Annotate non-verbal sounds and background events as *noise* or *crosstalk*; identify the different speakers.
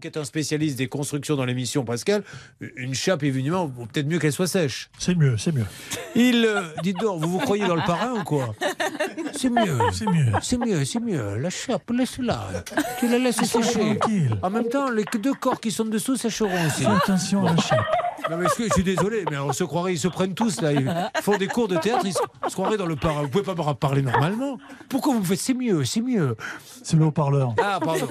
Speaker 1: qui est un spécialiste des constructions dans l'émission, Pascal, une chape, évidemment, peut-être mieux qu'elle soit sèche.
Speaker 2: C'est mieux, c'est mieux.
Speaker 1: Il, euh, dites donc, vous vous croyez dans le parrain ou quoi C'est mieux,
Speaker 2: C'est mieux.
Speaker 1: *laughs* c'est mieux, c'est mieux. La chape, laisse-la. Tu la laisses sécher.
Speaker 2: Tranquille.
Speaker 1: En même temps, les deux corps qui sont dessous sécheront aussi.
Speaker 2: Fais attention à la chape.
Speaker 1: Non mais excusez- je suis désolé, mais on se croirait, ils se prennent tous là, ils font des cours de théâtre, ils se, on se croiraient dans le parrain. Vous pouvez pas me parler normalement. Pourquoi vous me faites c'est mieux, c'est mieux
Speaker 2: C'est le haut-parleur.
Speaker 1: Ah pardon.